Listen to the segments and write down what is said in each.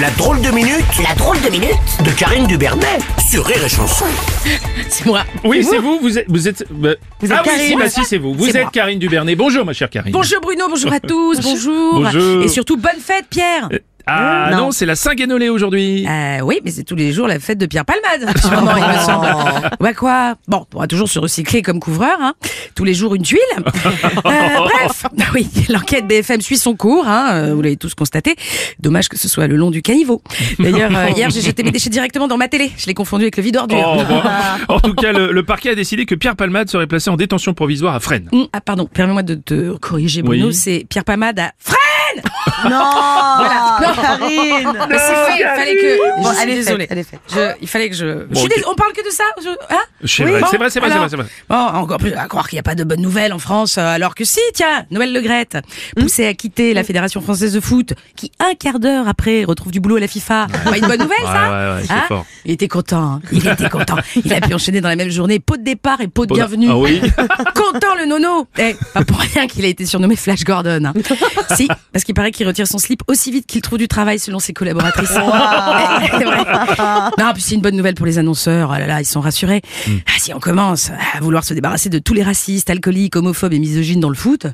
La drôle de minute La drôle de minute de Karine Dubernet sur Rire et Chanson. C'est moi. Oui, c'est vous, vous êtes... Vous êtes, bah, Vous êtes ah oui, Karine. si, bah, si, c'est vous. Vous C'est êtes moi. Karine Dubernet. Bonjour, ma chère Karine. Bonjour Bruno, bonjour à tous, bonjour. Bonjour. Et surtout bonne fête Pierre. Euh, Ah Non. non, Ah. c'est la Saint-Guénolé aujourd'hui. Euh, oui, mais c'est tous les jours la fête de Pierre Palmade. sûrement, il Oh. me semble. Bah quoi Bon, on va toujours se recycler comme couvreur. hein. Tous les jours une tuile. Euh, bref, Bah oui, l'enquête BFM suit son cours. hein, euh, vous l'avez tous constaté. Dommage que ce soit le long du caniveau. D'ailleurs, euh, hier, j'ai jeté mes déchets directement dans ma télé. Je l'ai confondu avec le vide ordure. Oh, bon. En tout cas, le, le parquet a décidé que Pierre Palmade serait placé en détention provisoire à Fresnes. Hum, Ah pardon, permets-moi de te corriger Bruno, Oui. c'est Pierre Palmade à Fresnes Non, Voilà. Karine. Mais c'est fait, il fallait que. Bon, je suis allez, désolée. faites, allez, faites. Je- il fallait que je. je suis ok. dés- On parle que de ça je- hein C'est Oui. vrai, Bon, c'est vrai, c'est vrai, c'est alors- vrai, c'est vrai. Bon, encore plus, à croire qu'il n'y a pas de bonnes nouvelles en France, euh, alors que si, tiens, Noël Legrette, poussée à quitter la Fédération Française de Foot, qui un quart d'heure après retrouve du boulot à la FIFA. Pas une bonne nouvelle, ça Ouais, ouais, ouais, c'est Hein fort. Il était content, hein. il était content. Il a pu enchaîner dans la même journée pot de départ et pot de bienvenue. Ah oui Content le nono Eh, pas pour rien qu'il a été surnommé Flash Gordon. hein. si, parce qu'il paraît qu'il retire son slip aussi vite qu'il trouve du travail selon ses collaboratrices. C'est vrai. non, puis c'est une bonne nouvelle pour les annonceurs. Ah là là, ils sont rassurés. Ah, si on commence à vouloir se débarrasser de tous les racistes, alcooliques, homophobes et misogynes dans le foot,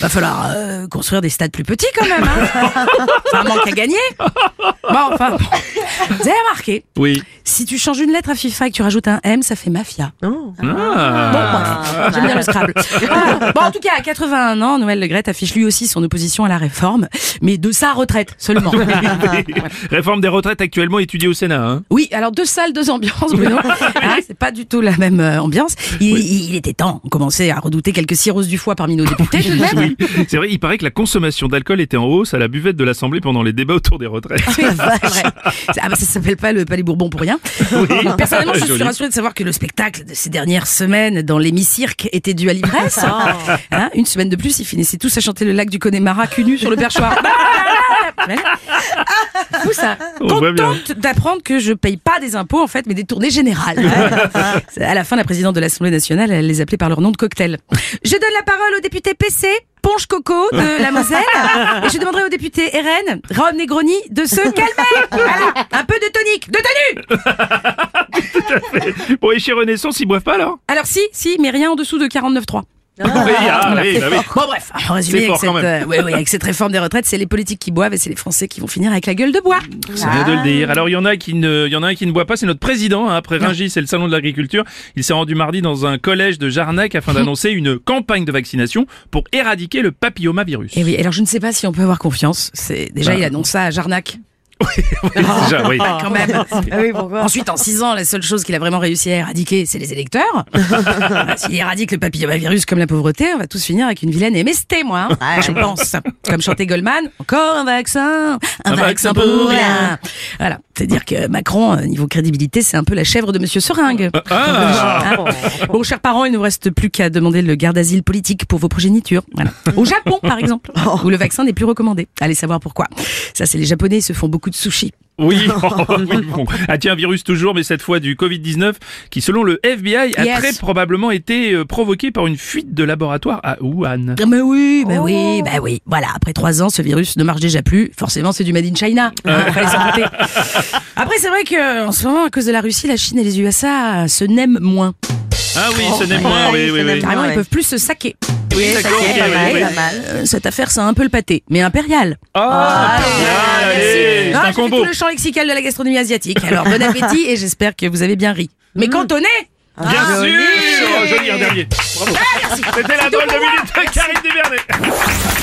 va falloir euh, construire des stades plus petits quand même. hein. C'est un manque à gagner. Bon, enfin, bon. vous avez remarqué, Oui. si tu changes une lettre à FIFA et que tu rajoutes un M, ça fait mafia. Oh. Ah. J'aime bien le Scrabble. Ah, bon, en tout cas, à 81 ans, Noël Le Gret affiche lui aussi son opposition à la réforme, mais de sa retraite seulement. Réforme des retraites actuellement étudiée au Sénat. hein. Oui, alors deux salles, deux ambiances, Bruno. Hein, c'est pas du tout la même euh, ambiance. Il, il était temps. On commençait à redouter quelques cirrhoses du foie parmi nos députés, tout de même. Oui. C'est vrai, il paraît que la consommation d'alcool était en hausse à la buvette de l'Assemblée pendant les débats autour des retraites. Oui, c'est vrai. Ah bah, ça s'appelle pas le Palais Bourbon pour rien. Personnellement, je suis Joli. rassurée de savoir que le spectacle de ces dernières semaines dans l'hémicirque était dû à l'ivresse. Ah. Hein, une semaine de plus, ils finissaient tous à chanter le lac du Connemara cul nu sur le perchoir. Bah, Ouais. bah, Fou, ça. On voit bien. Contente d'apprendre que je paye pas des impôts en fait, mais des tournées générales. Ouais. à la fin, la présidente de l'Assemblée nationale, elle les appelait par leur nom de cocktail. Je donne la parole au député PC. Ponche Coco de la Moselle. Et je demanderai au député RN, Rome Negroni, de se calmer. Voilà. un peu de tonique, de tenue. Bon, et chez Renaissance, ils boivent pas alors Alors si, si, mais rien en dessous de 49.3. Oui, ah, oui, bah oui. Bon bref, en résumé, C'est avec fort, cette, quand même. euh, ouais, ouais, avec cette réforme des retraites, c'est les politiques qui boivent et c'est les Français qui vont finir avec la gueule de bois. Ça vient de le dire. Alors il y en a qui ne, il y en a un qui ne boit pas, c'est notre président. hein. Après Ringis c'est le salon de l'agriculture. Il s'est rendu mardi dans un collège de Jarnac afin d'annoncer une campagne de vaccination pour éradiquer le papillomavirus. Et oui, alors je ne sais pas si on peut avoir confiance. C'est déjà Bah. il annonce ça à Jarnac. Oui, déjà, oui. Quand même. Ah oui, pourquoi Ensuite, en six ans, la seule chose qu'il a vraiment réussi à éradiquer, c'est les électeurs. Voilà, S'il éradique le papillomavirus comme la pauvreté, on va tous finir avec une vilaine MST, moi. hein. Je pense. Comme chantait Goldman, encore un vaccin, un, Un vaccin, vaccin pour pour rien. Voilà, c'est-à-dire que Macron, euh, niveau crédibilité, c'est un peu la chèvre de Monsieur Seringue. Ah Hein. Bon, chers parents, il ne vous reste plus qu'à demander le garde d'asile politique pour vos progénitures. Voilà. Au Japon, par exemple, où le vaccin n'est plus recommandé. Allez savoir pourquoi. Ça, c'est les Japonais, ils se font beaucoup de sushis. oui, oui, bon. Ah tiens, virus toujours, mais cette fois du Covid-19, qui selon le FBI a Yes. très probablement été euh, provoqué par une fuite de laboratoire à Wuhan. Ah, Mais oui, bah oui, bah oui. Voilà, après trois ans, ce virus ne marche déjà plus. Forcément, c'est du Made in China. Hein, fallait s'en douter. Après, c'est vrai que en ce moment, à cause de la Russie, la Chine et les USA se n'aiment moins. Ah oui, ce n'est moins, oui, oui, oui. Carrément, ils ouais. peuvent plus se saquer. Oui, d'accord, ok, pas oui, mal, oui. pas mal. Ah Euh, cette affaire, ça a un peu le pâté, mais impérial. Ah, allez, allez, c'est Ah, un j'ai fait combo. tout le champ lexical de la gastronomie asiatique. Alors, bon appétit et j'espère que vous avez bien ri. Mmh. Mais cantonné Bien Ah, sûr joli. Joli, un dernier. Bravo. C'était la drôle de minute de Karine Duvernet.